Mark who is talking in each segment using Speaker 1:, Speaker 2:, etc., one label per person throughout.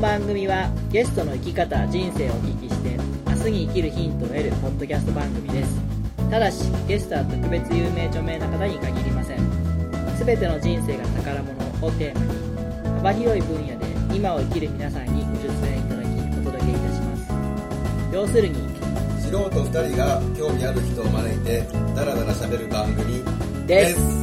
Speaker 1: 番組はゲストの生き方人生をお聞きして明日に生きるヒントを得るポッドキャスト番組ですただしゲストは特別有名著名な方に限りません全ての人生が宝物をテーマに幅広い分野で今を生きる皆さんにご出演いただきお届けいたします要するに
Speaker 2: 素人2人が興味ある人を招いてダラダラ喋る番組
Speaker 1: です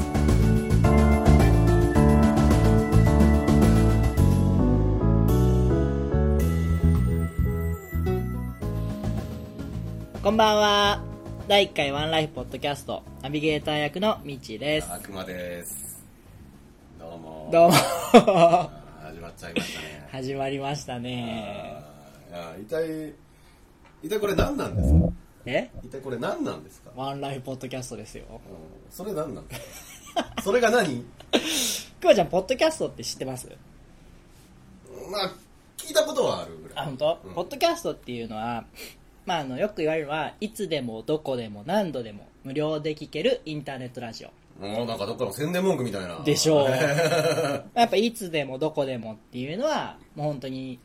Speaker 1: こんばんは第1回ワンライフポッドキャストナビゲーター役のみちです
Speaker 2: 悪魔ですどうも
Speaker 1: どうも
Speaker 2: あー始まっちゃいましたね
Speaker 1: 始まりましたね
Speaker 2: あーあー一体一体これ何なんですか
Speaker 1: え
Speaker 2: 一体これ何なんですか、
Speaker 1: ワンライフポッドキャストですよ
Speaker 2: うん、それ何なんで すかそれが何
Speaker 1: くまちゃんポッドキャストって知ってます
Speaker 2: まあ聞いたことはあるぐら
Speaker 1: あ
Speaker 2: い
Speaker 1: 本当、
Speaker 2: うん
Speaker 1: ポッドキャストっていうのは、まあ、あのよく言われるのはいつでもどこでも何度でも無料で聞けるインターネットラジオ
Speaker 2: もうなんかどっかの宣伝文句みたいな
Speaker 1: でしょう やっぱいつでもどこでもっていうのはもう本当に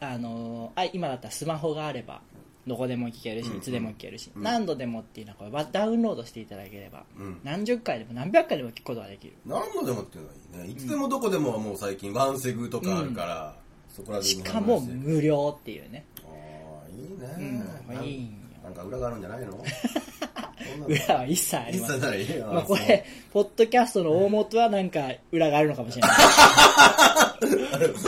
Speaker 1: あのあ今だったらスマホがあればどこでも聞けるし、
Speaker 2: うん
Speaker 1: いつでも聞けるし、
Speaker 2: うん
Speaker 1: 何度でもっていうのはこれはダウンロードしていただければ、
Speaker 2: うん
Speaker 1: 何十回でも何百回でも聞くことができる
Speaker 2: 何度でもっていうのはいいねいつでもどこでもはもう最近ワンセグとかあるから、そこら
Speaker 1: し
Speaker 2: 辺の話
Speaker 1: かも
Speaker 2: で
Speaker 1: 無料っていうね
Speaker 2: ああいいね、
Speaker 1: うん
Speaker 2: なん
Speaker 1: いいんよ
Speaker 2: なんか裏があるんじゃ ないのそんなの
Speaker 1: 裏は一切あり
Speaker 2: 一
Speaker 1: ません
Speaker 2: 切ないー
Speaker 1: まあ、これ、ポッドキャストの大元はなんか裏があるのかもし れない。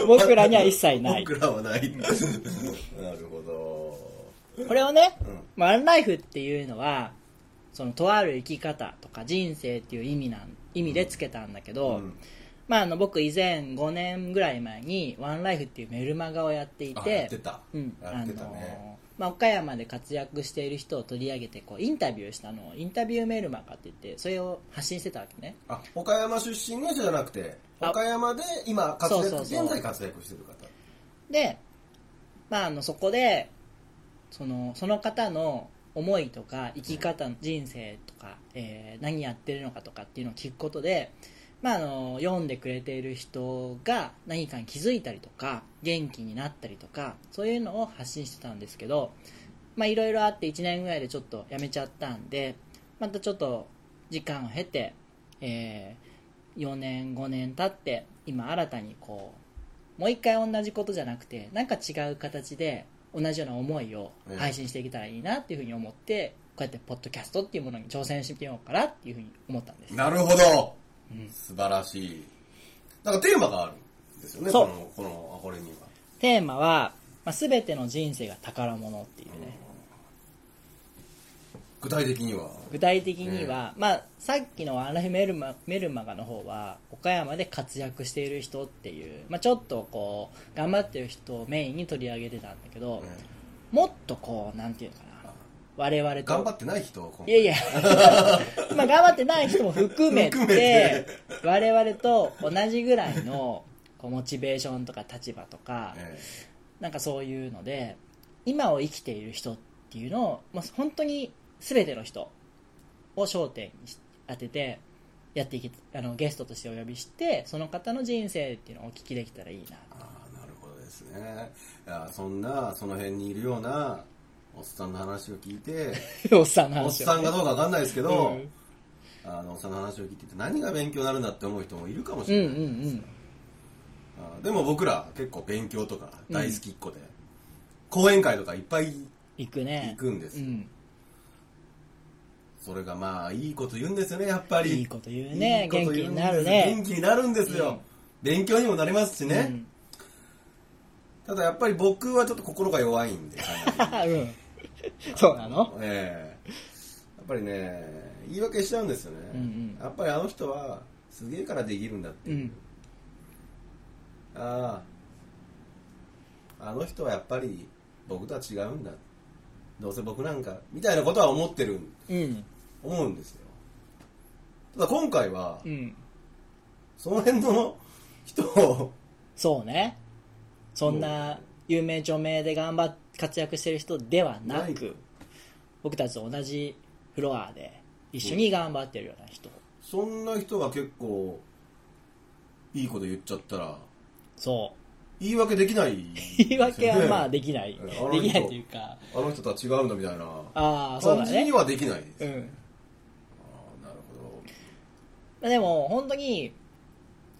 Speaker 1: 僕らには一切ない。
Speaker 2: 僕らはない なるほど
Speaker 1: これをね
Speaker 2: うん、
Speaker 1: ワンライフっていうのは、そのとある生き方とか人生っていう意味なん、意味でつけたんだけど、
Speaker 2: うん
Speaker 1: まああの僕以前5年ぐらい前にワンライフっていうメルマガをやってい
Speaker 2: あやって
Speaker 1: て、
Speaker 2: た、
Speaker 1: うん、
Speaker 2: や
Speaker 1: あ
Speaker 2: ってたね
Speaker 1: の、まあ、岡山で活躍している人を取り上げてこうインタビューしたのをインタビューメルマガって言ってそれを発信してたわけね
Speaker 2: あ岡山出身の人じゃなくて
Speaker 1: あ
Speaker 2: 岡山で今活躍
Speaker 1: そうそうそう
Speaker 2: 現在活躍してる方
Speaker 1: で、まあ、あのそこでそのその方の思いとか生き方の人生とか、えー何やってるのかとかっていうのを聞くことで、まあ、あの読んでくれている人が何かに気づいたりとか元気になったりとかそういうのを発信してたんですけどまあいろいろあって1年ぐらいでちょっとやめちゃったんでまたちょっと時間を経て、え4年5年経って今新たにこうもう一回同じことじゃなくてなんか違う形で同じような思いを配信していけたらいいなっていうふうに思って、こうやってポッドキャストっていうものに挑戦してみようかなっていうふうに思ったんです、
Speaker 2: なるほど
Speaker 1: うん
Speaker 2: 素晴らしいなんかテーマがあるんですよね
Speaker 1: そう
Speaker 2: このこのあこれには
Speaker 1: テーマは、まあ、全ての人生が宝物っていうね
Speaker 2: 具体的には
Speaker 1: 具体的には、まあ、さっきのワンライフメルマメルマガの方は岡山で活躍している人っていう、まあ、ちょっとこう頑張ってる人をメインに取り上げてたんだけど、
Speaker 2: うん
Speaker 1: もっとこうなんていうのかな我々と
Speaker 2: 頑張ってない人を今
Speaker 1: い
Speaker 2: 回
Speaker 1: や いや、まあ頑張ってない人も含め
Speaker 2: 含め
Speaker 1: て
Speaker 2: て、
Speaker 1: 我々と同じぐらいのこうモチベーションとか立場とか、
Speaker 2: ええ
Speaker 1: なんかそういうので、今を生きている人っていうのを、まあ、本当に全ての人を焦点に当てて、やっていけ、あの、ゲストとしてお呼びして、その方の人生っていうのをお聞きできたらいいな。
Speaker 2: ああなるほどですねいやそんなその辺にいるようなおっさんの話を聞いて
Speaker 1: おっさんの
Speaker 2: おっ
Speaker 1: 話を
Speaker 2: さんがどうかわかんないですけど、
Speaker 1: うん
Speaker 2: あのおっさんの話を聞いてて何が勉強になるんだって思う人もいるかもし
Speaker 1: うんう
Speaker 2: れ
Speaker 1: んう
Speaker 2: ない、
Speaker 1: ん。
Speaker 2: あーでも僕ら結構勉強とか大好きっ子で、講演会とかいっぱい
Speaker 1: 行くね。
Speaker 2: 行くんです
Speaker 1: う
Speaker 2: よ
Speaker 1: ん。
Speaker 2: それがまあいいこと言うんですよねやっぱり
Speaker 1: いいこと言うね
Speaker 2: いいこと言うん
Speaker 1: 元気に
Speaker 2: です
Speaker 1: なるね
Speaker 2: 元気になるんですよ、
Speaker 1: うん
Speaker 2: 勉強にもなりますしね、
Speaker 1: うん
Speaker 2: ただやっぱり僕はちょっと心が弱いんでかなり
Speaker 1: あうん。 そうなの
Speaker 2: ええやっぱりね言い訳しちゃうんですよね、
Speaker 1: うんうん
Speaker 2: やっぱりあの人はすげえからできるんだって
Speaker 1: う
Speaker 2: いう、
Speaker 1: ん。
Speaker 2: あああの人はやっぱり僕とは違うんだどうせ僕なんかみたいなことは思ってる
Speaker 1: うん。
Speaker 2: 思うんですよただ今回は
Speaker 1: うん。
Speaker 2: その辺の人を
Speaker 1: そうね。そんな有名著名で頑張っ活躍してる人ではな
Speaker 2: ない
Speaker 1: く、僕たちと同じフロアで一緒に頑張ってるような人。
Speaker 2: そんな人が結構いいこと言っちゃったら
Speaker 1: そ
Speaker 2: 言い訳できない、
Speaker 1: 言い訳はまあできない。
Speaker 2: うん
Speaker 1: で
Speaker 2: あの人
Speaker 1: きないというか、
Speaker 2: あの人とは違うんだみたいな
Speaker 1: ああ、そう
Speaker 2: 感
Speaker 1: だ
Speaker 2: じに
Speaker 1: ね。
Speaker 2: はできないです、
Speaker 1: う
Speaker 2: あ
Speaker 1: ん。
Speaker 2: あなるほ
Speaker 1: まあでも、本当に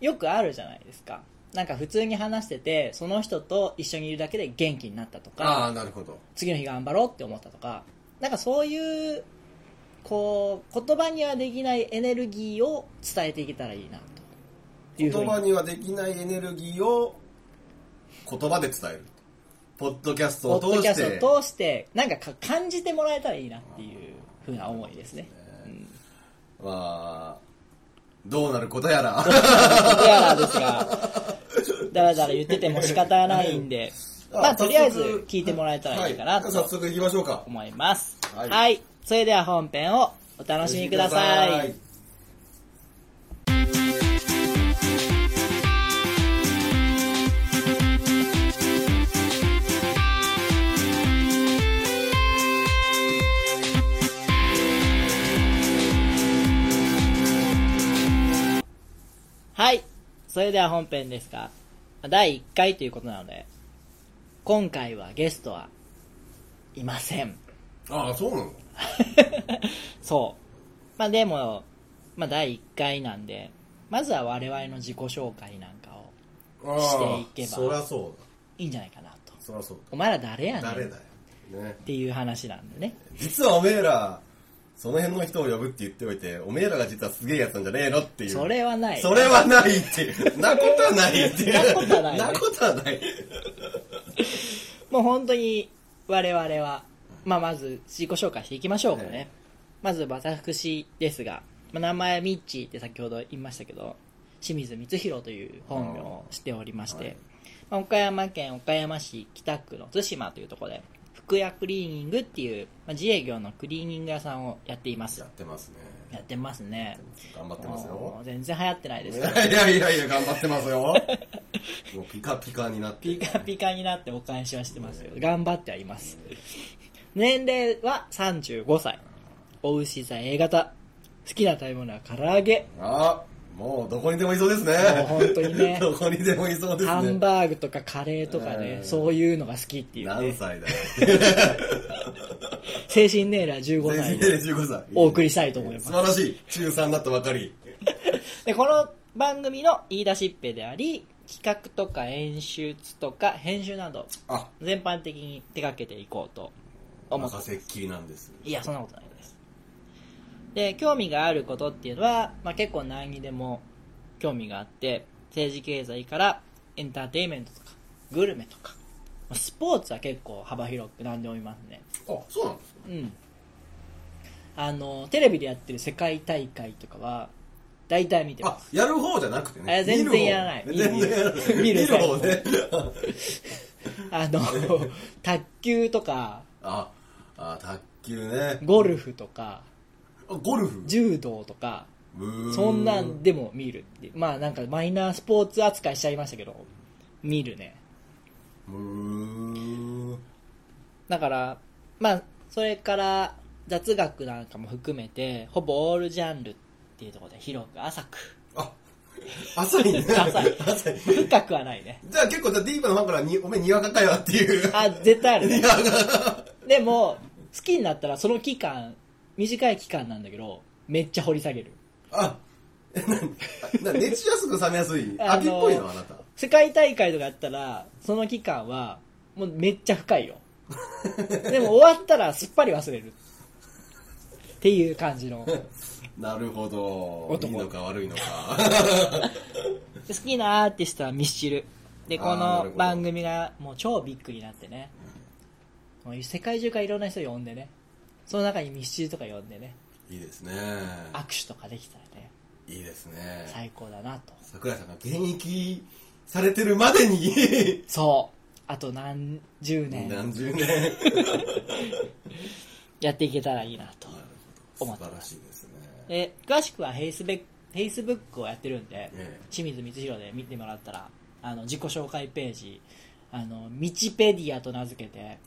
Speaker 1: よくあるじゃないですか。なんか普通に話してて、その人と一緒にいるだけで元気になったと
Speaker 2: どあ
Speaker 1: か、
Speaker 2: あなるほど
Speaker 1: 次の日頑張ろうって思ったとか、なんかそういう、こう、言葉にはできないエネルギーを伝えていけたらいいな、という
Speaker 2: 言
Speaker 1: ふう
Speaker 2: 葉
Speaker 1: に。
Speaker 2: にはできないエネルギーを言葉で伝えるポッドキャスト
Speaker 1: ポ
Speaker 2: を
Speaker 1: ッド
Speaker 2: 通
Speaker 1: キャ
Speaker 2: し
Speaker 1: ス
Speaker 2: て
Speaker 1: トを通して、なんかか感じてもらえたらいいなっていうふうな思いですね。うん
Speaker 2: まあどうなることやら
Speaker 1: いやですが、だらだら言ってても仕方ないん で、 まあ、とりあえず聞いてもらえたらいいかな
Speaker 2: はい、早
Speaker 1: と
Speaker 2: 速行きましょうか
Speaker 1: 思います。は、
Speaker 2: はいい
Speaker 1: それでは本編をお楽しみくだ
Speaker 2: お
Speaker 1: さ
Speaker 2: 楽
Speaker 1: い
Speaker 2: しみく。
Speaker 1: はい、それでは本編ですが、第1回ということなので、今回はゲストはいません。
Speaker 2: ださいああそうなの
Speaker 1: そう。まあでも、まあ第1回なんで、まずは我々の自己紹介なんかを
Speaker 2: ああ
Speaker 1: していけば
Speaker 2: そりゃそう
Speaker 1: いいんじゃないかなと。
Speaker 2: だそりゃそう
Speaker 1: お前ら誰やね
Speaker 2: だ
Speaker 1: ん
Speaker 2: 誰
Speaker 1: っ
Speaker 2: だよね
Speaker 1: ていう話なんでね。
Speaker 2: 実はおめえらその辺の人を呼ぶって言っておいておめえらが実はすげえやつなんじゃねえのっていう
Speaker 1: それはない。
Speaker 2: それはないってなことはないって
Speaker 1: なことはないね
Speaker 2: なことはない
Speaker 1: もう本当に我々は、まあまず自己紹介していきましょうかね。
Speaker 2: はい
Speaker 1: まず私ですが、まあ、名前はミッチーって先ほど言いましたけど、清水光弘という本名をしておりまして、
Speaker 2: はい
Speaker 1: まあ、岡山県岡山市北区の津島というところで、福屋クリーニングっていう、まあ、自営業のクリーニング屋さんをやっています
Speaker 2: やっ。てますね
Speaker 1: やってますね。
Speaker 2: 頑張ってます
Speaker 1: も
Speaker 2: よ
Speaker 1: う全然流行ってないですけど。
Speaker 2: いやいやいや頑張ってますよもうピカピカになって
Speaker 1: ピカピカになってお返しはしてますよ。頑張ってはいます。年齢は35歳。お牛座 A 型。好きな食べ物は唐揚げ。
Speaker 2: あもうどこにでもいそうですね
Speaker 1: もう本当にね
Speaker 2: どこにでもいそうですね
Speaker 1: ハンバーグとかカレーとかね、
Speaker 2: うん
Speaker 1: そういうのが好きっていう
Speaker 2: 何
Speaker 1: ね。
Speaker 2: 歳だよ
Speaker 1: 精神年齢は15
Speaker 2: 全
Speaker 1: 歳
Speaker 2: 然
Speaker 1: で
Speaker 2: 15歳
Speaker 1: お送りしたいと思います
Speaker 2: 素。晴らしい中3になったばかり
Speaker 1: で、この番組の言い出しっぺであり、企画とか演出とか編集など、
Speaker 2: あ
Speaker 1: 全般的に手掛けていこうと
Speaker 2: お
Speaker 1: 思って
Speaker 2: 任せっきりなんです
Speaker 1: いや、そんなことないです。で、興味があることっていうのは、まあ、結構何にでも興味があって、政治経済からエンターテインメントとか、グルメとか、まあスポーツは結構幅広く何でも見ますね。
Speaker 2: あそうなんですか
Speaker 1: うん。あの、テレビでやってる世界大会とかは、大体見てま
Speaker 2: あ
Speaker 1: す。
Speaker 2: やる方じゃなくて
Speaker 1: あ
Speaker 2: ね
Speaker 1: 全然
Speaker 2: 見る方
Speaker 1: やらない
Speaker 2: 全然やらない
Speaker 1: 見る
Speaker 2: 見る方ね
Speaker 1: あ の、卓球とか、
Speaker 2: ああ卓球ね
Speaker 1: ゴルフとか、
Speaker 2: あゴルフ
Speaker 1: 柔道とか、
Speaker 2: うー
Speaker 1: そんなんでも見るっていうまあなんかマイナースポーツ扱いしちゃいましたけど、見るね。
Speaker 2: うーん
Speaker 1: だから、まあ、それから雑学なんかも含めて、ほぼオールジャンルっていうところで広く浅く、
Speaker 2: あ浅いね
Speaker 1: 浅い
Speaker 2: 浅い
Speaker 1: 深くはないね。
Speaker 2: じゃあ結構じゃあディープのファンからにおめえにわかかよっていう
Speaker 1: あ、絶対あるね。でも、好きになったらその期間、短い期間なんだけど、めっちゃ掘り下げる。
Speaker 2: あなな熱しやすく冷めやすい
Speaker 1: あの
Speaker 2: 秋っぽいのあなた
Speaker 1: 世界大会とかやったら、その期間は、もうめっちゃ深いよ。でも終わったらすっぱり忘れる。っていう感じの。
Speaker 2: なるほど
Speaker 1: 男
Speaker 2: いいのか 悪いのか
Speaker 1: で好きなアーティストはミスチルで
Speaker 2: あー
Speaker 1: こ
Speaker 2: なる
Speaker 1: の
Speaker 2: ほど
Speaker 1: 番組がもう超ビッグになってねもう世界中からいろんな人呼んでねその中にミスチルとか呼んでね
Speaker 2: いいですね
Speaker 1: 握手とかできたらね
Speaker 2: いいですね
Speaker 1: 最高だなと
Speaker 2: 桜井さんが現役されてるま でに
Speaker 1: そうあと何十年
Speaker 2: 何十年
Speaker 1: やっていけたらいいなと
Speaker 2: なるほ
Speaker 1: 思
Speaker 2: ど
Speaker 1: って
Speaker 2: 素晴
Speaker 1: ま
Speaker 2: ら
Speaker 1: す
Speaker 2: しいですね
Speaker 1: で詳しくはフェイスベフェイスブックをやってるんで
Speaker 2: え
Speaker 1: 清水光弘で見てもらったらあの自己紹介ページあのミチペディアと名付けて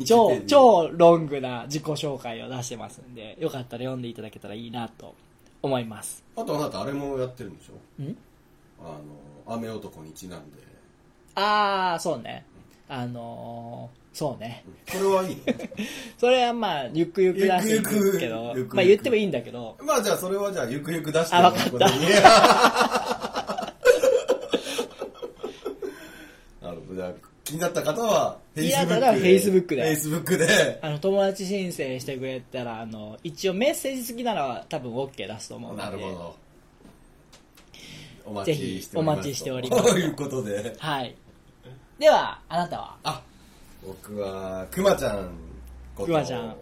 Speaker 2: え
Speaker 1: 超、超ロングな自己紹介を出してますんで、よかったら読んでいただけたらいいなと思います。
Speaker 2: あとあなたあれもやってるんでしょ
Speaker 1: ん
Speaker 2: あの雨男にちなんで
Speaker 1: ああそうねあのーそうね
Speaker 2: これはいい
Speaker 1: それはまあゆくゆくらしいんですけど
Speaker 2: ゆくゆくゆくゆく
Speaker 1: まあ言ってもいいんだけど
Speaker 2: の まあじゃあそれはじゃあゆくゆく出して
Speaker 1: あわかった
Speaker 2: ここでいや なるほどじゃあ気になった方は
Speaker 1: 気になった方は Facebook で
Speaker 2: Facebook で
Speaker 1: あの友達申請してくれたらあの一応メッセージ好きなら多分 OK 出すと思うので
Speaker 2: なるほどお待ちしておりますと
Speaker 1: ぜひお待ちしております
Speaker 2: ということで
Speaker 1: はいではあなたは
Speaker 2: あ僕はくまちゃんこと
Speaker 1: くまちゃん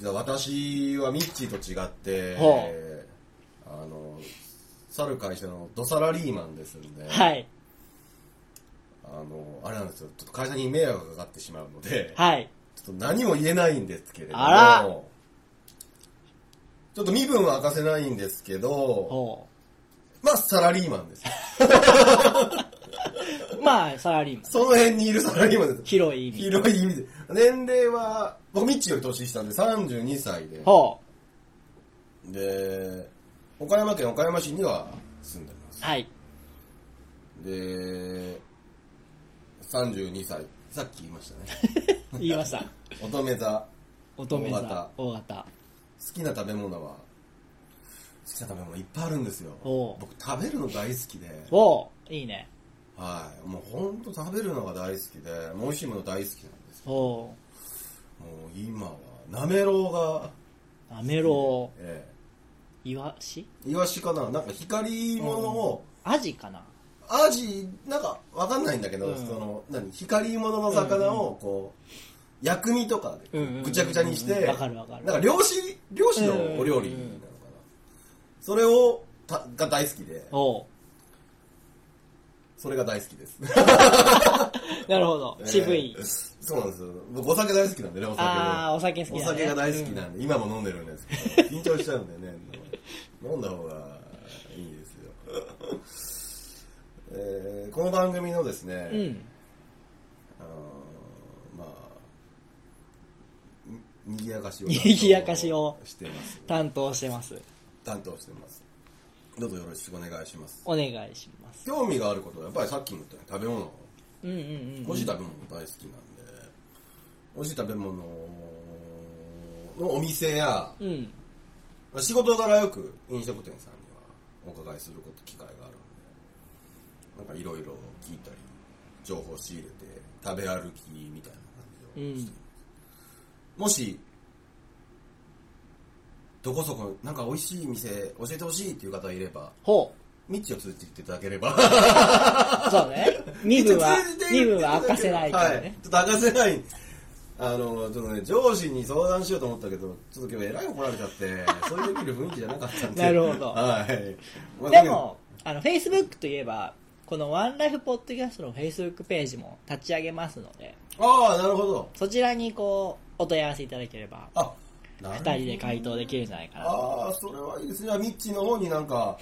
Speaker 2: じゃあ私はミッチーと違って
Speaker 1: ほ
Speaker 2: あの去る会社のドサラリーマンですんで、
Speaker 1: はい
Speaker 2: あのあれなんですよちょっと会社に迷惑がかかってしまうので、
Speaker 1: はい
Speaker 2: ちょっと何も言えないんですけれども
Speaker 1: あら
Speaker 2: ちょっと身分は明かせないんですけど
Speaker 1: ほ
Speaker 2: まあサラリーマンです
Speaker 1: うまあサラリーマン
Speaker 2: その辺にいるサラリーマンです
Speaker 1: 広い意味
Speaker 2: 広い意味で年齢は僕ミッチーより年下で32歳で
Speaker 1: ほう
Speaker 2: で岡山県岡山市には住んでます
Speaker 1: はい
Speaker 2: で32歳さっき言いましたね
Speaker 1: 言いました
Speaker 2: 乙女座
Speaker 1: 乙女
Speaker 2: 大型
Speaker 1: 座大型
Speaker 2: 好きな食べ物は好きな食べ物いっぱいあるんですよ
Speaker 1: おう
Speaker 2: 僕食べるの大好きで
Speaker 1: おういいね
Speaker 2: はいもうほんと食べるのが大好きでもう美味しいもの大好きなんです
Speaker 1: おう
Speaker 2: もう今はなめろうが、
Speaker 1: なめろ
Speaker 2: え
Speaker 1: ういわし
Speaker 2: えイワシかななんか光り物を
Speaker 1: アジかな
Speaker 2: アジなんかわかんないんだけど、
Speaker 1: うん
Speaker 2: その何光り物の魚をこう、薬味とか
Speaker 1: うんうんうんう
Speaker 2: で
Speaker 1: ん
Speaker 2: ぐちゃぐちゃにして、
Speaker 1: わかるわかる
Speaker 2: なんか漁師漁師
Speaker 1: うんうんうん
Speaker 2: のお料理なのかな、それをたが大好きで
Speaker 1: おう
Speaker 2: それが大好きです
Speaker 1: なるほど渋い
Speaker 2: えーそうなんですよ僕お酒大好きなんでねお酒
Speaker 1: ああお酒好き
Speaker 2: お
Speaker 1: だね
Speaker 2: 酒が大好き
Speaker 1: うん
Speaker 2: なんで、今も飲んでるんですけど緊張しちゃうんだよね 飲んだ方がいいですよ、 えーこの番組のですね、
Speaker 1: うん
Speaker 2: あのーまあににぎやかしを
Speaker 1: にぎやかしを
Speaker 2: してます
Speaker 1: 担当してます
Speaker 2: 担当してますどうぞよろしくお願いします
Speaker 1: お願いします
Speaker 2: 興味があることはやっぱりさっきも言ったように食べ物
Speaker 1: うんうんうん
Speaker 2: 美味しい食べ物大好きなんで美味しい食べ物のお店や
Speaker 1: うん
Speaker 2: 仕事柄よく飲食店さんにはお伺いすること機会があるんでなんかいろいろ聞いたり情報仕入れて食べ歩きみたいな感じをしています、もしどこそこなんか美味しい店教えてほしいっていう方いれば
Speaker 1: ほ
Speaker 2: 道を通じていただければ
Speaker 1: うそう ね身分は
Speaker 2: 通じてい
Speaker 1: 身
Speaker 2: る
Speaker 1: 分は明かせないから
Speaker 2: は
Speaker 1: ね
Speaker 2: ちょっと明かせないあのちょっとね上司に相談しようと思ったけどちょっと今日えらい怒られちゃってそういう時の雰囲気じゃなかったんで
Speaker 1: なるほど
Speaker 2: はいまあ
Speaker 1: でも、あの、Facebook といえば、このワンライフポッドキャストの Facebook ページも立ち上げますので、
Speaker 2: ああなるほど
Speaker 1: そちらにこう、お問い合わせいただければ、
Speaker 2: あ
Speaker 1: 二
Speaker 2: 二
Speaker 1: 人で回答できるんじゃないかなと。
Speaker 2: ああそれはいいですねミッチーの方になんか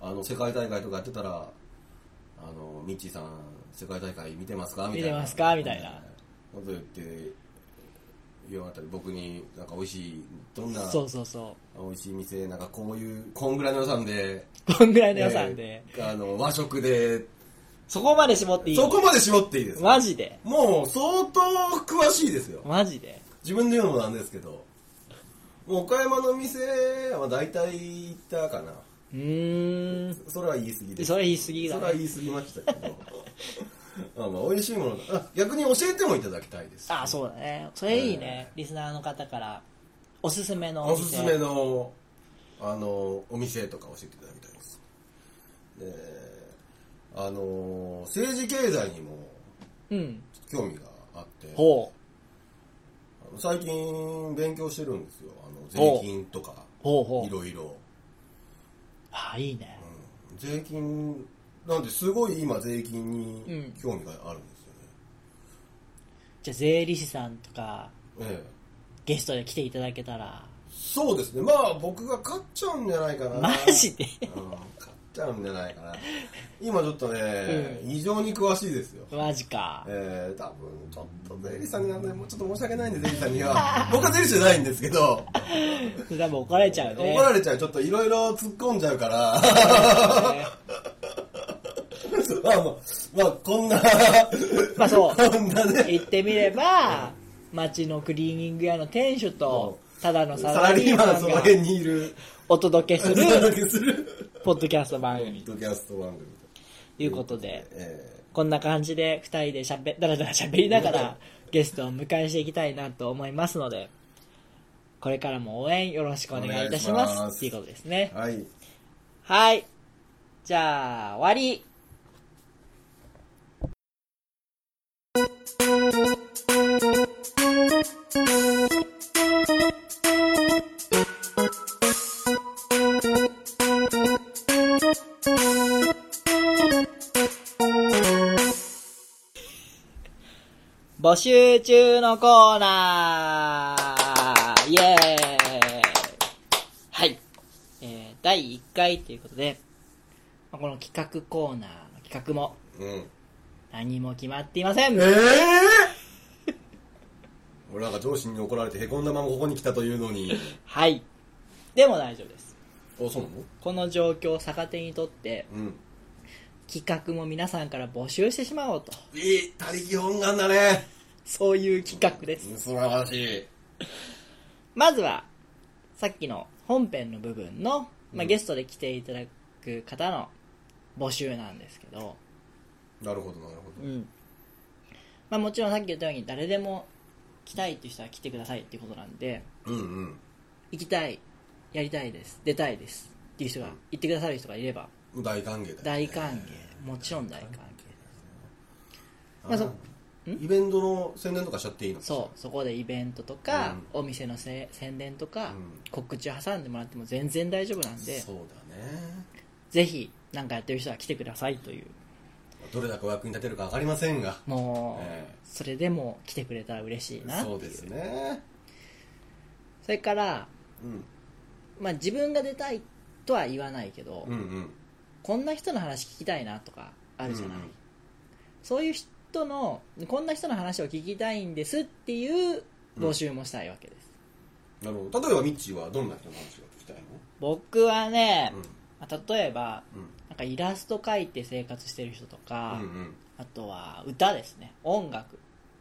Speaker 2: あの世界大会とかやってたらあのミッチーさん世界大会見てますかみたいな
Speaker 1: 見てますかみたいな
Speaker 2: こと言って言われたり僕になんか美味しいどんな
Speaker 1: そうそうそ
Speaker 2: 美味しい店なんかこういうこんぐらいの予算で
Speaker 1: う。こんぐらいの予算で、
Speaker 2: えーあの和食で
Speaker 1: そこまで絞っていい
Speaker 2: そこまで絞っていいです
Speaker 1: マジで。
Speaker 2: もう相当詳しいですよ
Speaker 1: マジで。
Speaker 2: 自分で言うのもなんですけどもう岡山の店は大体行ったかな
Speaker 1: うーん。
Speaker 2: それは言い過ぎです
Speaker 1: それ言い過ぎだ
Speaker 2: それは
Speaker 1: ね。
Speaker 2: 言い過ぎましたけど あまあ美味しいものだあ逆に教えてもいただきたいです
Speaker 1: あ、そうだね。それいいね。リスナーの方から、おすすめのお
Speaker 2: お
Speaker 1: 店。
Speaker 2: すすめのあのお店とか教えていただきたいですであの政治経済にも
Speaker 1: うん。
Speaker 2: 興味があって
Speaker 1: ほう。
Speaker 2: あの最近勉強してるんですよあの
Speaker 1: ほう
Speaker 2: 税金とか
Speaker 1: ほうほ。
Speaker 2: いうろいろ
Speaker 1: あ、いいね。
Speaker 2: 税金なんですごい今税金に興味があるんですよね、
Speaker 1: じゃあ、税理士さんとか、
Speaker 2: ええ
Speaker 1: ゲストで来ていただけたら、
Speaker 2: そうですねまあ僕が勝っちゃうんじゃないかな
Speaker 1: マジで
Speaker 2: うん勝っちゃうんじゃないかな今ちょっとね、異常に詳しいですよ
Speaker 1: マジか。
Speaker 2: えー、多分ちょっとゼリーさんになんでもうちょっと申し訳ないんでゼリーさんには 僕はゼリーじゃないんですけど
Speaker 1: それ多分怒られちゃうね。
Speaker 2: 怒られちゃうちょっといろいろ突っ込んじゃうから
Speaker 1: れちゃうね。
Speaker 2: まあまあ、まあこんな、
Speaker 1: まあそう
Speaker 2: こんなね、
Speaker 1: 言ってみれば町のクリーニング屋の店主とただのサラ
Speaker 2: サラ
Speaker 1: リ
Speaker 2: リ
Speaker 1: ー
Speaker 2: ー
Speaker 1: マ
Speaker 2: マン
Speaker 1: ン
Speaker 2: その
Speaker 1: が
Speaker 2: 辺にいる、
Speaker 1: お届け
Speaker 2: お
Speaker 1: す
Speaker 2: 届
Speaker 1: る
Speaker 2: けする、
Speaker 1: ポッドキャスト番
Speaker 2: ポ
Speaker 1: 組
Speaker 2: ッドキャスト番組
Speaker 1: ということで
Speaker 2: ええ
Speaker 1: こんな感じで2人でしゃべだらだらしゃべりながらゲストを迎えしていきたいなと思いますのでこれからも応援よろしくお願いいたしま
Speaker 2: お願いします
Speaker 1: すっていうことですね
Speaker 2: はい。
Speaker 1: はいじゃあ終わり募集中のコーナーイエーイはい。えー、第1回ということで、まあこの企画コーナーの企画も
Speaker 2: うん。
Speaker 1: 何も決まっていません。
Speaker 2: ええ俺なんか上司に怒られてへこんだままここに来たというのに。
Speaker 1: はい。でも大丈夫です。
Speaker 2: あ、そうなの
Speaker 1: この状況を逆手にとって、
Speaker 2: うん。
Speaker 1: 企画も皆さんから募集してしまおうと。
Speaker 2: いい、他力本願だね。
Speaker 1: そういう企画です。
Speaker 2: 素晴らしい。
Speaker 1: まずは、さっきの本編の部分の、ま
Speaker 2: う
Speaker 1: あ、
Speaker 2: ん
Speaker 1: ゲストで来ていただく方の募集なんですけど、
Speaker 2: なるほど、なるほど。
Speaker 1: うんまあ、もちろんさっき言ったように誰でも来たいっていう人は来てくださいっていうことなんで
Speaker 2: うんうん。
Speaker 1: 行きたいやりたいです出たいですっていう人が行ってくださる人がいれば
Speaker 2: 大歓迎だよ、ね。
Speaker 1: 大歓迎もちろん大歓迎まあそ
Speaker 2: イベントの宣伝とかしちゃっていいの
Speaker 1: そうそこでイベントとか、お店のせ宣伝とか、
Speaker 2: うん
Speaker 1: 告知を挟んでもらっても全然大丈夫なんで
Speaker 2: そうだね。
Speaker 1: ぜひなんかやってる人は来てくださいという
Speaker 2: どれだけお役に立てるかわかりませんが。
Speaker 1: もう、
Speaker 2: ええ
Speaker 1: それでも来てくれたら嬉しいな
Speaker 2: そうですね。
Speaker 1: それから、
Speaker 2: うん。
Speaker 1: まあ、自分が出たいとは言わないけど、
Speaker 2: うんうん。
Speaker 1: こんな人の話聞きたいなとかあるじゃない、
Speaker 2: うんうん
Speaker 1: そういう人のこんな人の話を聞きたいんですっていう募集もしたいわけです、
Speaker 2: なるほど。例えばミッチーはどんな人の話が聞きたい
Speaker 1: 僕はね
Speaker 2: の、
Speaker 1: まあ例えば
Speaker 2: うん。
Speaker 1: なんかイラスト描いて生活してる人とか、
Speaker 2: うん。うん
Speaker 1: あとは歌ですね音楽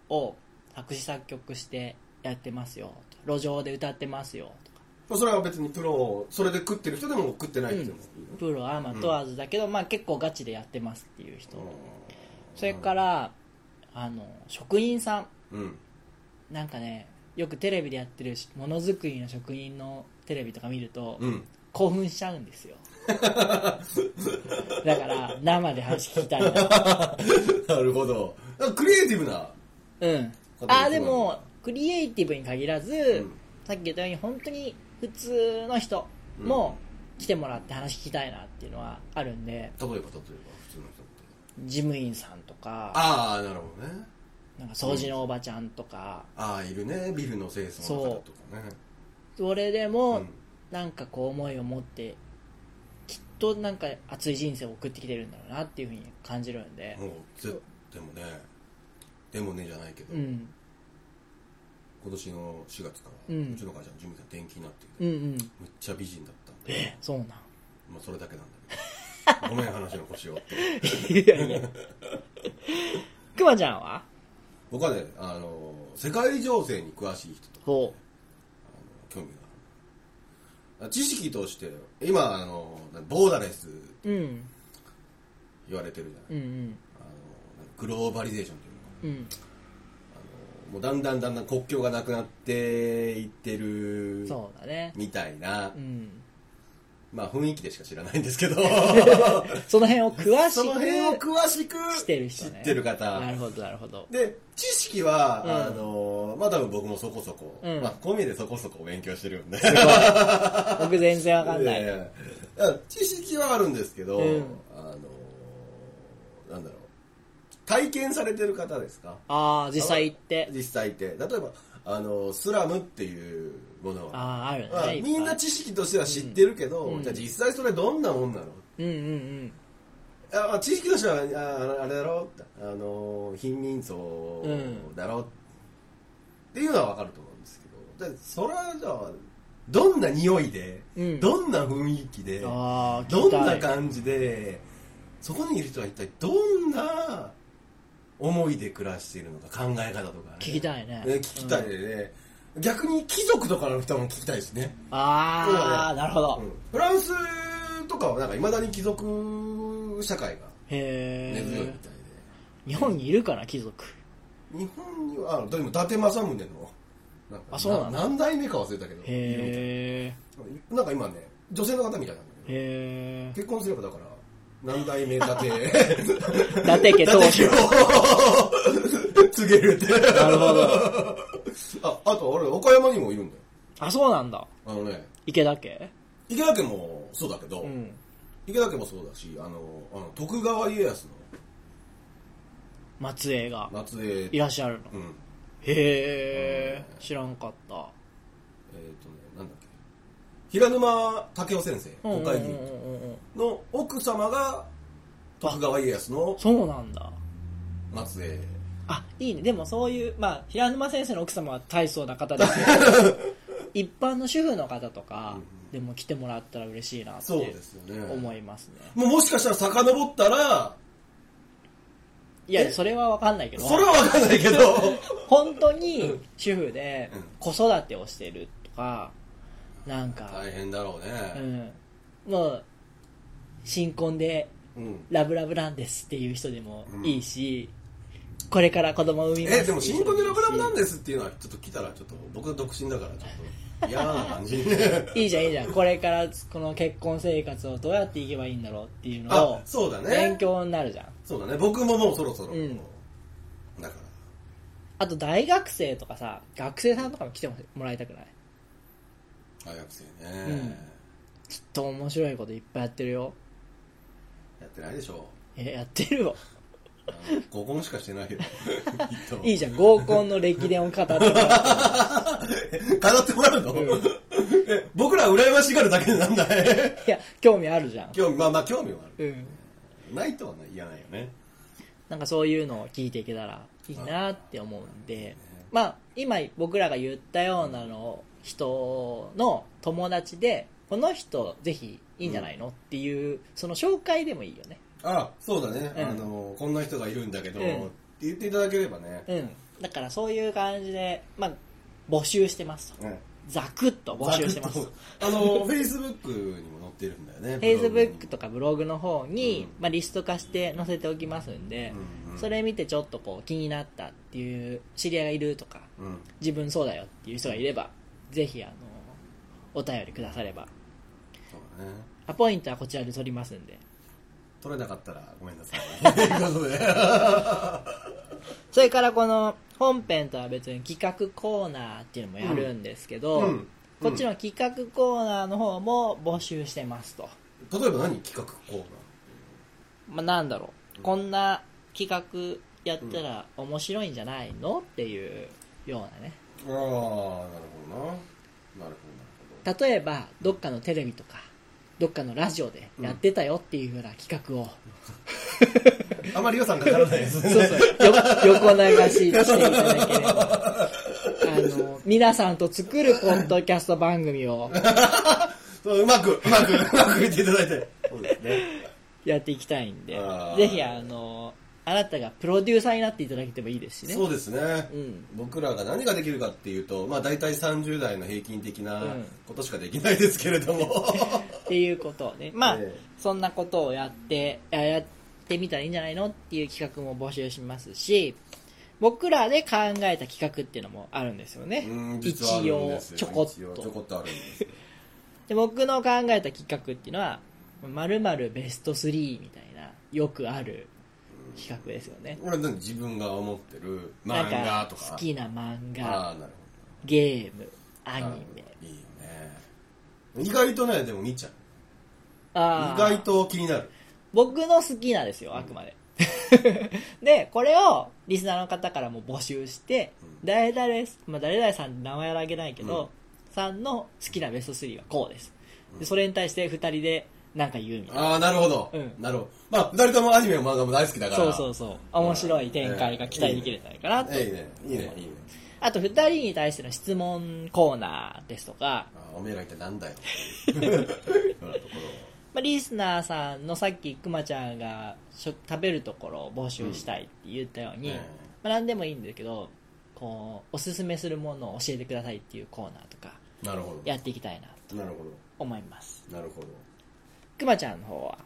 Speaker 1: を作詞作曲してやってますよと路上で歌ってますよとか
Speaker 2: うん。それは別にプロ、それで食ってる人でも食ってない人でもいいの、
Speaker 1: プロアマ問わずだけど、まあ結構ガチでやってますっていう人、それかららあの職員さん
Speaker 2: うん。
Speaker 1: なんかねよくテレビでやってるしものづくりの職人のテレビとか見ると、
Speaker 2: うん。
Speaker 1: 興奮しちゃうんですよだから生で話聞きた いな
Speaker 2: なるほど。なんかクリエイティブな。
Speaker 1: うん
Speaker 2: こと
Speaker 1: ああでもクリエイティブに限らず、
Speaker 2: ん
Speaker 1: さっき言ったように本当に普通の人も来てもらって話聞きたいなっていうのはあるんで
Speaker 2: 例えば、例えば、普通の人って。
Speaker 1: 事務員さんとか
Speaker 2: ああ、なるほどね。
Speaker 1: なんか掃除のおばちゃんとか、
Speaker 2: ああ、いるね。ビルの清掃の方とかね。
Speaker 1: どれで
Speaker 2: う
Speaker 1: も
Speaker 2: ん。
Speaker 1: なんかこう思いを持ってきっとなんか熱い人生を送ってきてるんだろうなっていうふうに感じるんで
Speaker 2: もう、ぜでもね、でもねじゃないけど、
Speaker 1: うん
Speaker 2: 今年の4月から、う
Speaker 1: うん
Speaker 2: ちの会社の事務員さん転勤になってきて、
Speaker 1: うんうん
Speaker 2: めっちゃ美人だったんで。
Speaker 1: えそうなん
Speaker 2: まあ、それだけなんだけど。ごめん、話の腰を。
Speaker 1: いやいや くまちゃんは
Speaker 2: 僕はね、あの、世界情勢に詳しい人と
Speaker 1: ほ
Speaker 2: 興味がある。知識として、今、あの、ボーダレス
Speaker 1: ううん
Speaker 2: 言われてるじゃない。
Speaker 1: うんうん
Speaker 2: あのグローバリゼーションというのかな
Speaker 1: うん
Speaker 2: あのもうだんだんだんだん国境がなくなっていってる
Speaker 1: そうだね
Speaker 2: みたいな
Speaker 1: う、ん
Speaker 2: まあ雰囲気でしか知らないんですけ ど、
Speaker 1: その辺を詳
Speaker 2: その辺を
Speaker 1: し
Speaker 2: 詳しく
Speaker 1: くしてる人ね
Speaker 2: 知ってる方。
Speaker 1: なるほどなるほど
Speaker 2: で、知識は、
Speaker 1: うん
Speaker 2: あの、まあ多分僕もそこそこ、
Speaker 1: うん
Speaker 2: まあこう見えてそこそこ勉強してるんで。
Speaker 1: 僕全然わかんない
Speaker 2: いやいやいや知識はあるんですけど、
Speaker 1: うん
Speaker 2: あの、なんだろう。体験されてる方ですか
Speaker 1: ああ実際行って
Speaker 2: 実際って。例えば、あの、スラムっていうものは、
Speaker 1: ああある
Speaker 2: まあ
Speaker 1: ね
Speaker 2: みんな知識としては知ってるけど、
Speaker 1: うん
Speaker 2: じゃあ実際それどんなもんなの
Speaker 1: うんうん
Speaker 2: あまあ知識としてはああれだろあの貧民層
Speaker 1: うん
Speaker 2: だろ、っていうのは分かると思うんですけどでそれはじゃあどんな匂いで、
Speaker 1: うん
Speaker 2: どんな雰囲気で
Speaker 1: うんああ
Speaker 2: どんな感じでそこにいる人は一体どんな思いで暮らしているのか考え方とか、ね、
Speaker 1: 聞きたいね
Speaker 2: ね聞きたいね、逆に貴族とかの人も聞きたいしね、
Speaker 1: ああ、なるほど
Speaker 2: う。んフランスとかはなんかいまだに貴族社会が
Speaker 1: へ
Speaker 2: 根強いみ
Speaker 1: え。
Speaker 2: たいで、
Speaker 1: 日本にいるから、貴族。
Speaker 2: 日本にはあでも伊達政宗のなんか
Speaker 1: あそうなんだ
Speaker 2: 何代目か忘れたけど
Speaker 1: へ
Speaker 2: なんか今ね女性の方みたいなんだけど
Speaker 1: え。へえ。
Speaker 2: 結婚すればだから何代目伊 達
Speaker 1: 伊達家
Speaker 2: 伊
Speaker 1: 当主
Speaker 2: 達家。を告げるって
Speaker 1: なるほど。
Speaker 2: ああとあれ岡山にもいるんだよ
Speaker 1: あ、そうなんだ。
Speaker 2: あのね
Speaker 1: 池田家
Speaker 2: 池田家もそうだけど、
Speaker 1: うん。
Speaker 2: 池田家もそうだしあのあの徳川家康
Speaker 1: 松江が
Speaker 2: の末裔
Speaker 1: いらっしゃるの。
Speaker 2: うん
Speaker 1: へえ。知らんかった。
Speaker 2: えっ、とねなんだっけ平沼武雄先生
Speaker 1: うん
Speaker 2: 国会議
Speaker 1: うんう
Speaker 2: 員
Speaker 1: んうんうん
Speaker 2: の奥様が徳川家康の
Speaker 1: そうなんだ。
Speaker 2: 末裔
Speaker 1: あ、いいね。でもそういう、まあ、平沼先生の奥様は大層な方ですけ ど、一般の主婦の方とかでも来てもらったら嬉しいなって
Speaker 2: そうですよね
Speaker 1: 思いますね。
Speaker 2: もうもしかしたら遡ったら
Speaker 1: いや、それはわかんないけど、
Speaker 2: それはわかんないけど
Speaker 1: 本当に主婦で
Speaker 2: うん
Speaker 1: 子育てをしてるとか、なんか、
Speaker 2: 大変だろ
Speaker 1: う
Speaker 2: うね
Speaker 1: ん、もう、新婚で
Speaker 2: うん、
Speaker 1: ラブラブなんですっていう人でもいいし、これから子供を産みます
Speaker 2: えでも新婚でラブラブなん
Speaker 1: す
Speaker 2: ですっていうのはちょっと来たらちょっと僕独身だからちょっと嫌な感じ
Speaker 1: いいじゃんいいじゃんこれからこの結婚生活をどうやっていけばいいんだろうっていうのを
Speaker 2: あ そうだね
Speaker 1: 勉強になるじゃん
Speaker 2: そうだね僕ももうそろそろ、
Speaker 1: うん
Speaker 2: だから
Speaker 1: あと大学生とかさ学生さんとかも来てもらいたくない
Speaker 2: 大学生ね、
Speaker 1: んきっと面白いこといっぱいやってるよ
Speaker 2: やってないでしょ
Speaker 1: えやってるよ
Speaker 2: あの合コンしかして ないよきっと
Speaker 1: いいじゃん合コンの歴伝を語ってもらう
Speaker 2: 飾ってもらうの、
Speaker 1: うん
Speaker 2: え僕ら羨ましがるだけでなんだい
Speaker 1: いや興味あるじゃん
Speaker 2: 興味まあまあ興味はあ
Speaker 1: う
Speaker 2: る、
Speaker 1: ん
Speaker 2: ないとはない言わないよね
Speaker 1: なんかそういうのを聞いていけたらいいなって思うんで、まあ、今僕らが言ったようなの人の友達で、この人ぜひいいんじゃないのっていう、その紹介でもいいよね。
Speaker 2: あそうだね、
Speaker 1: うん
Speaker 2: あのこんな人がいるんだけど、
Speaker 1: うん
Speaker 2: って言っていただければね、
Speaker 1: うん。だからそういう感じで、まあ、募集してますと。
Speaker 2: うん
Speaker 1: ざくっと募集してます
Speaker 2: ざ。くっとあのフェイスブックにも載ってるんだ よね
Speaker 1: Facebook とかブログの方に、
Speaker 2: う
Speaker 1: まあ、リスト化して載せておきますんで、
Speaker 2: うんうん
Speaker 1: それ見てちょっとこう気になったっていう知り合いがいるとか、
Speaker 2: うん
Speaker 1: 自分そうだよっていう人がいればぜひあのお便りくだされば
Speaker 2: そうだね
Speaker 1: アポイントはこちらで取りますんで
Speaker 2: 取れなかったらごめんなさ いということで
Speaker 1: それからこの本編とは別に企画コーナーっていうのもやるんですけど、
Speaker 2: うんうん
Speaker 1: こっちの企画コーナーの方も募集してますと、
Speaker 2: 例えば何企画コーナー
Speaker 1: まあ、なんだろうこんな企画やったら面白いんじゃないのっていうようなね
Speaker 2: ああなるほどななる
Speaker 1: 例えばどっかのテレビとかどっかのラジオでやってたよっていうような企画を、
Speaker 2: ほどなあまり予算かからないですね
Speaker 1: そうそう、よ横流ししていただければ。あの、皆さんと作るポッドキャスト番組を
Speaker 2: そううまくうまく うまく言っていただいてそうですね
Speaker 1: やっていきたいんで
Speaker 2: あー、
Speaker 1: ぜひあの、あなたがプロデューサーになっていただけてもいいですしね。
Speaker 2: そうですね、
Speaker 1: うん
Speaker 2: 僕らが何ができるかっていうとまあ大体30代の平均的な
Speaker 1: うん
Speaker 2: ことしかできないですけれど も
Speaker 1: っていうことをね。まあ、
Speaker 2: ええ
Speaker 1: そんなことをやって、ややってみたらいいんじゃないのっていう企画も募集しますし、僕らで考えた企画っていうのもあるんですよね。
Speaker 2: うん
Speaker 1: 一
Speaker 2: 実はあるん
Speaker 1: 応
Speaker 2: で、すよ
Speaker 1: ちょこ
Speaker 2: 一
Speaker 1: っ
Speaker 2: 応ちょ
Speaker 1: と
Speaker 2: こ。っとあるんですよ
Speaker 1: で僕の考えた企画っていうのは「まるまるベスト3」みたいなよくある企画ですよね
Speaker 2: 俺何自分が思ってる
Speaker 1: なん
Speaker 2: 漫画とか
Speaker 1: 好きな漫
Speaker 2: あ
Speaker 1: 画
Speaker 2: あなる
Speaker 1: ゲームア
Speaker 2: ほど
Speaker 1: ニメ
Speaker 2: あーいいよね意外とねでも見ちゃう
Speaker 1: あ
Speaker 2: 意
Speaker 1: ー
Speaker 2: 外と気になる
Speaker 1: 僕の好きなですよあくまで でこれをリスナーの方からも募集して
Speaker 2: う
Speaker 1: 誰々です、まあ、誰々さんって名前はあげないけど、さんの好きなベスト3はこうですでそれに対して2人で何か言うみたいな
Speaker 2: ああ、なるほど。
Speaker 1: うん
Speaker 2: なるほど。まあ、二人ともアニメも漫画も大好きだから。
Speaker 1: そうそうそう面白い展開が期待できるんじゃないかなと
Speaker 2: ええいいね、いいね、いいね。
Speaker 1: あと、二人に対しての質問コーナーですとか、
Speaker 2: あーおめえら一体なんだよ。ほらところ
Speaker 1: まあ、ぱリスナーさんのさっきくまちゃんがしょ食べるところを募集したいって言ったように、
Speaker 2: うん
Speaker 1: まあ、何でもいいんだけどこうおすすめするものを教えてくださいっていうコーナーとか
Speaker 2: なるほ
Speaker 1: やっていきたいなと
Speaker 2: どなるほ
Speaker 1: 思います
Speaker 2: どなるほど
Speaker 1: くまちゃんの方は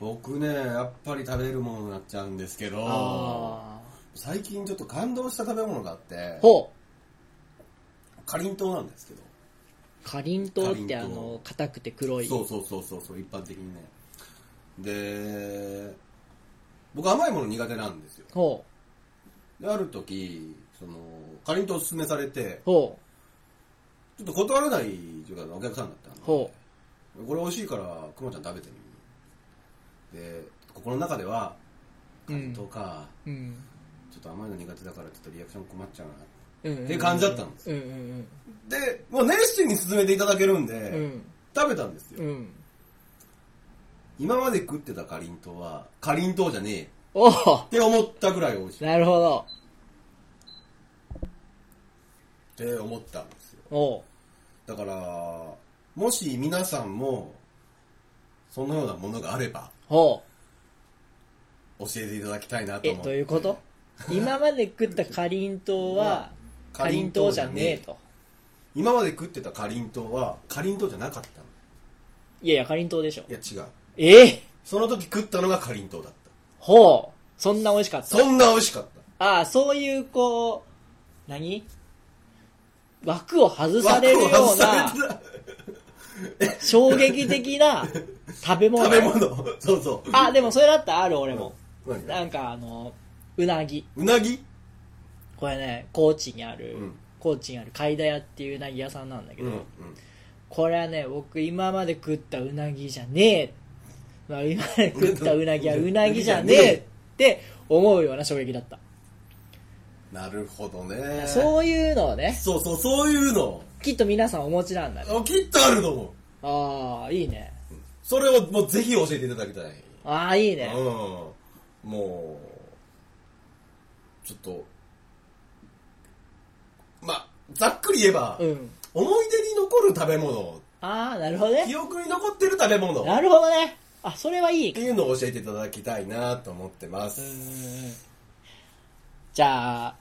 Speaker 2: 僕ねやっぱり食べるものになっちゃうんですけど
Speaker 1: あ
Speaker 2: 最近ちょっと感動した食べ物があっ
Speaker 1: あ
Speaker 2: て
Speaker 1: ほう
Speaker 2: かりんとうなんですけど
Speaker 1: かりんとうって
Speaker 2: か
Speaker 1: あ
Speaker 2: りんとう
Speaker 1: の硬くて黒い
Speaker 2: そうそうそうそうそう一般的にねで僕甘いもの苦手なんですよ
Speaker 1: ほう
Speaker 2: である時そのかりんとうおすすめされて
Speaker 1: ほ
Speaker 2: ちょっと断れないというかお客さんだったんで
Speaker 1: ほ
Speaker 2: これ美味しいからくまちゃん食べてみで心の中では「
Speaker 1: う
Speaker 2: か
Speaker 1: ん
Speaker 2: りんとうか、
Speaker 1: ううん
Speaker 2: ちょっと甘いの苦手だからちょっとリアクション困っちゃうな」
Speaker 1: っ
Speaker 2: って感じだったんです
Speaker 1: うんうん
Speaker 2: で、もう熱心に進めていただけるんで、
Speaker 1: うんうん
Speaker 2: 食べたんですよ。
Speaker 1: うん
Speaker 2: 今まで食ってたかりんとうは、かりんとうじゃねえっ
Speaker 1: おお
Speaker 2: て思ったぐらい美味しい。っ
Speaker 1: なるほど
Speaker 2: て思ったんですよ。
Speaker 1: おう
Speaker 2: だから、もし皆さんも、そのようなものがあれば、
Speaker 1: ほう
Speaker 2: 教えていただきたいなと
Speaker 1: え
Speaker 2: 思って。
Speaker 1: どういうこと今まで食ったかりんとうはかりんとうじゃねえと
Speaker 2: 今まで食ってたかりんとうは、かりんとうじゃなかったの。
Speaker 1: いやいやかりんとうでしょ
Speaker 2: いや違う。
Speaker 1: ええ
Speaker 2: その時食ったのがかりんとうだった。
Speaker 1: ほうそんな美味しかった
Speaker 2: そんな美味しかった。
Speaker 1: ああそういうこう何枠を外されるよ
Speaker 2: 枠を
Speaker 1: う
Speaker 2: 外さ
Speaker 1: な
Speaker 2: れてた
Speaker 1: 衝撃的な食べ物
Speaker 2: 食べ物。そうそう。
Speaker 1: あでもそれだったらある俺も
Speaker 2: 何
Speaker 1: なんかあのうなぎ
Speaker 2: うなぎ
Speaker 1: これね高知にある、
Speaker 2: うん
Speaker 1: 高知にある海田屋っていううなぎ屋さんなんだけ
Speaker 2: う
Speaker 1: ど、
Speaker 2: ん。うん
Speaker 1: これはね僕今まで食ったうなぎじゃねえ、まあ、今まで食ったうなぎはうなぎじゃねえって思うような衝撃だった、
Speaker 2: なるほどね。
Speaker 1: そういうのをね
Speaker 2: そうそう、そういうの。
Speaker 1: きっと皆さんお持ちなんだね
Speaker 2: あきっとあると思う。
Speaker 1: ああいいね
Speaker 2: それをもうぜひ教えていただきたい。
Speaker 1: ああいいね
Speaker 2: うん。もう、ちょっと、まあ、ざっくり言えば、
Speaker 1: うん
Speaker 2: 思い出に残る食べ物、
Speaker 1: ああなるほどね
Speaker 2: 記憶に残ってる食べ物っ
Speaker 1: なるほどねあそれはいい
Speaker 2: ていうのを教えていただきたいなと思ってま
Speaker 1: う
Speaker 2: す。
Speaker 1: んうんうんじゃあ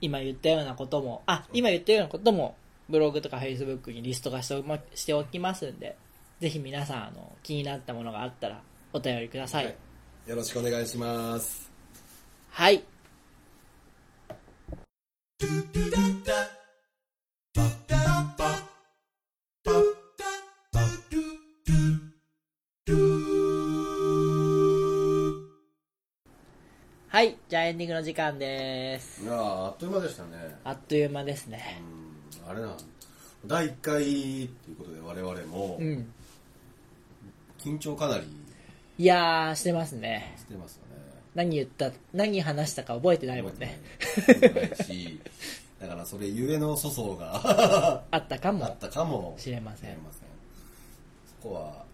Speaker 1: 今言ったようなこともあ今言ったようなこともブログとかフェイスブックにリスト化してお,、ま、しておきますんでぜひ皆さんあの気になったものがあったらお便りください
Speaker 2: よろしくお願いします。
Speaker 1: はい、はい、じゃあエンディングの時間です
Speaker 2: いやああっという間でしたね。
Speaker 1: あっという間ですね
Speaker 2: うんあれなん第1回ということで我々も
Speaker 1: うん
Speaker 2: 緊張かなり
Speaker 1: いやーしてますね
Speaker 2: してますよね。
Speaker 1: 何言った何話したか覚えてないもんね
Speaker 2: 覚えてない。覚えてないし、 だからそれゆえの粗相が
Speaker 1: あったか
Speaker 2: あ
Speaker 1: も
Speaker 2: ったかも
Speaker 1: しれません
Speaker 2: そこは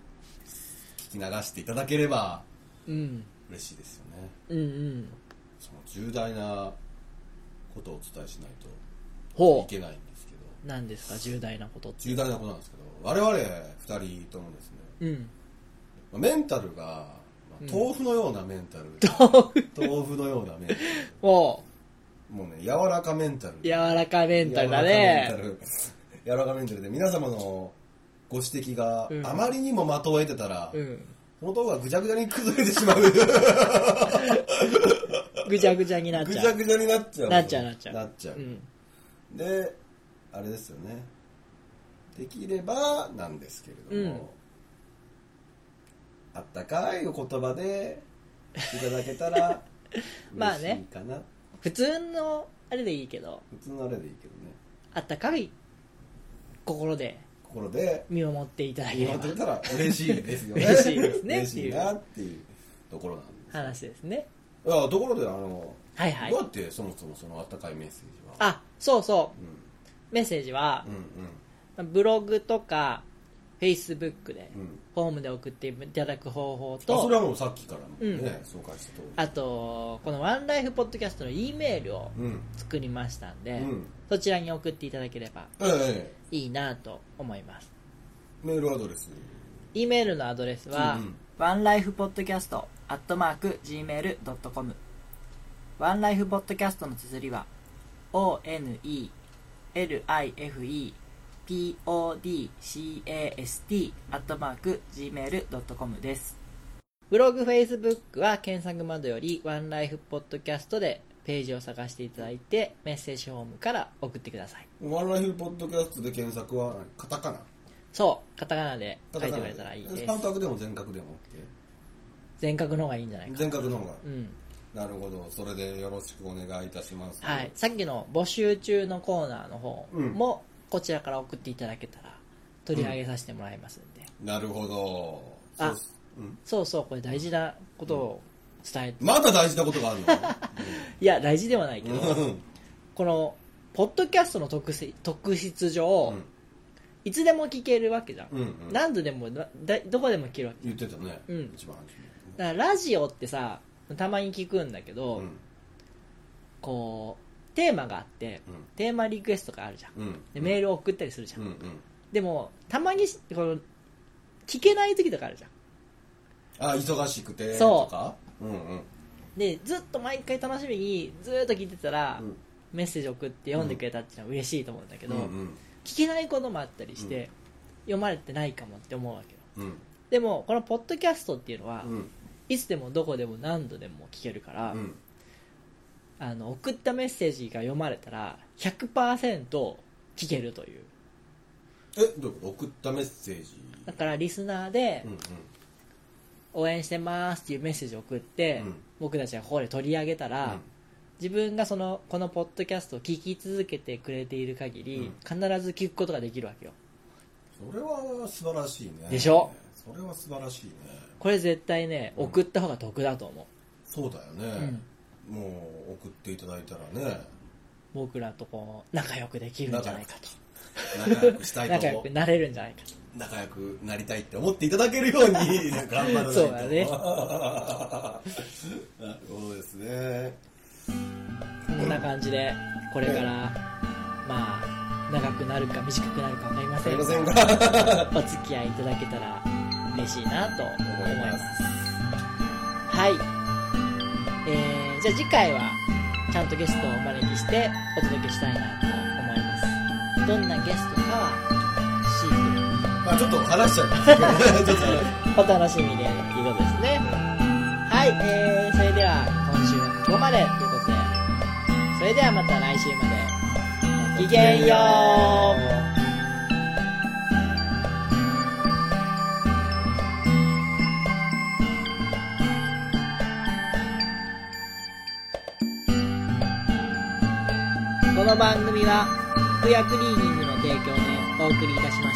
Speaker 2: 聞き流していただければ
Speaker 1: うん
Speaker 2: 嬉しいですよね。
Speaker 1: うんうん
Speaker 2: その重大なことをお伝えしないとい
Speaker 1: ほ
Speaker 2: けないんですけど、
Speaker 1: うなんですか重大なことって
Speaker 2: 重大なことなんですけど、我々2人ともですね、
Speaker 1: うん
Speaker 2: まあメンタルが、まあ
Speaker 1: うん
Speaker 2: 豆腐のようなメンタル、
Speaker 1: 豆腐
Speaker 2: 豆腐のようなメンタル
Speaker 1: お
Speaker 2: もうね柔らかメンタル
Speaker 1: 柔らかメンタルだ
Speaker 2: 柔らか
Speaker 1: ね
Speaker 2: メンタル柔らかメンタルで皆様のご指摘が
Speaker 1: うん
Speaker 2: あまりにも的を得てたら、
Speaker 1: うん
Speaker 2: その豆腐がぐちゃぐちゃに崩れてしまう
Speaker 1: ぐちゃぐちゃになっ
Speaker 2: ぐ
Speaker 1: ち
Speaker 2: ち
Speaker 1: ゃ
Speaker 2: ゃ
Speaker 1: う
Speaker 2: ぐちゃになっちゃう
Speaker 1: なっちゃうなっちゃう
Speaker 2: なっちゃう、
Speaker 1: うん
Speaker 2: であれですよねできればなんですけれども、あったかいお言葉でいただけたら
Speaker 1: まあ
Speaker 2: 嬉しい
Speaker 1: ね
Speaker 2: かな、
Speaker 1: 普通のあれでいいけど
Speaker 2: 普通のあれでいいけどね
Speaker 1: あったかい心で
Speaker 2: 心で
Speaker 1: 見守っていただけ
Speaker 2: 言
Speaker 1: れ
Speaker 2: わ
Speaker 1: ば
Speaker 2: れたら嬉しいですよ ね
Speaker 1: 嬉しいですね
Speaker 2: 嬉しいなっていうところなんで
Speaker 1: 話ですね
Speaker 2: すあところであの、
Speaker 1: はいはい
Speaker 2: どうやってそもそもそのあったかいメッセージは
Speaker 1: あそうそ
Speaker 2: うん
Speaker 1: うメッセージは
Speaker 2: うん
Speaker 1: ブログとかフェイスブックで
Speaker 2: うんうん
Speaker 1: フォームで送っていただく方法
Speaker 2: あそれ
Speaker 1: と
Speaker 2: はもうさっきからもね、
Speaker 1: うん
Speaker 2: 紹介したとおり
Speaker 1: あとこのワンライフポッドキャストの E メールを
Speaker 2: うん
Speaker 1: 作りましたん
Speaker 2: う
Speaker 1: で
Speaker 2: ん
Speaker 1: そちらに送っていただければ
Speaker 2: ええ
Speaker 1: いいなと思います
Speaker 2: メールアドレス
Speaker 1: E メールのアドレスは、
Speaker 2: うん
Speaker 3: ワンライフポッドキャストアットマーク Gmail.com ワンライフポッドキャストの綴りは ONELIFEPODCAST アットマーク Gmail.com です
Speaker 1: ブログ、フェイスブックは検索窓よりワンライフポッドキャストでページを探していただいてメッセージフォームから送ってください。
Speaker 2: ワンライフポッドキャストで検索はカタカナ
Speaker 1: そう、カタカナで書
Speaker 2: カ
Speaker 1: い
Speaker 2: タ
Speaker 1: て
Speaker 2: カ
Speaker 1: くれ
Speaker 2: ナ
Speaker 1: たらいいで
Speaker 2: 半
Speaker 1: す。
Speaker 2: 角でも全角でも
Speaker 1: 全角の方がいいんじゃない
Speaker 2: OK
Speaker 1: か。
Speaker 2: 全角の方が、
Speaker 1: うん。
Speaker 2: なるほどそれでよろしくお願いいたします
Speaker 1: はい。さっきの募集中のコーナーの方も、こちらから送っていただけたら取り上げさせてもらいますんで。
Speaker 2: なるほど
Speaker 1: あ
Speaker 2: そうっすうん、
Speaker 1: そうそう、これ大事なことを伝えて、
Speaker 2: まだ大事なことがあるの
Speaker 1: いや、大事で はないけど、
Speaker 2: うん
Speaker 1: この、ポッドキャストの特性特質上、
Speaker 2: うん
Speaker 1: いつでも聞けるわけじゃん。
Speaker 2: うんうん
Speaker 1: 何度でもだだどこでも聞けるわけ
Speaker 2: 言ってたね、
Speaker 1: うん
Speaker 2: 一番初
Speaker 1: だからラジオってさたまに聞くんだけど、
Speaker 2: めうん
Speaker 1: こうテーマがあって
Speaker 2: うん
Speaker 1: テーマリクエストがあるじゃん
Speaker 2: うん
Speaker 1: でメールを送ったりするじゃん、
Speaker 2: うんうん
Speaker 1: でもたまにしこの聞けない時とかあるじゃん
Speaker 2: あ忙しくて
Speaker 1: そう
Speaker 2: とかうんうん
Speaker 1: でずっと毎回楽しみにずっと聞いてたら、
Speaker 2: うん
Speaker 1: メッセージ送って読んでくれたっていうのは嬉しいと思うんだけど、
Speaker 2: うん
Speaker 1: 聞けないこともあったりして、読まれてないかもって思うわけよ
Speaker 2: うん
Speaker 1: でもこのポッドキャストっていうのは、
Speaker 2: うん
Speaker 1: いつでもどこでも何度でも聞けるから、
Speaker 2: うん
Speaker 1: あの送ったメッセージが読まれたら100%聞けるという
Speaker 2: えどういうこと送ったメッセージ
Speaker 1: だからリスナーで
Speaker 2: うんうん
Speaker 1: 応援してますっていうメッセージを送って、
Speaker 2: うん
Speaker 1: 僕たちがここで取り上げたら、自分がそのこのポッドキャストを聞き続けてくれている限り、必ず聞くことができるわけよ
Speaker 2: うんそれは素晴らしいね
Speaker 1: でしょ
Speaker 2: それは素晴らしいね
Speaker 1: これ絶対ね送った方が得だと思う
Speaker 2: そうだよね、もう送っていただいた らね
Speaker 1: 僕らとこう仲良くできるんじゃないかと
Speaker 2: 仲良くしたい
Speaker 1: 仲
Speaker 2: と
Speaker 1: 良
Speaker 2: 思
Speaker 1: くなれるんじゃないかと
Speaker 2: う仲良くなりたいって思っていただけるよ うになんか頑張 らないと
Speaker 1: そうだね
Speaker 2: なるほどですね
Speaker 1: こんな感じでこれから、まあ長くなるか短くなるか分かりますせ
Speaker 2: い
Speaker 1: ん
Speaker 2: ま
Speaker 1: が
Speaker 2: せんが
Speaker 1: お付き合いいただけたら嬉しいなと思い
Speaker 2: 思い
Speaker 1: ま
Speaker 2: ますす
Speaker 1: はい、えー、じゃあ次回はちゃんとゲストをお招きしてお届けしたいなと思いますどんなゲストかはシー
Speaker 2: まあちょっと話しちゃうんですけどちょっと話し
Speaker 1: ズお楽しみでということですねはい、えー、それでは今週はここまでということでそれではまた来週まで ごきげんようこの番組は服薬クリーニングの提供でお送りいたしました。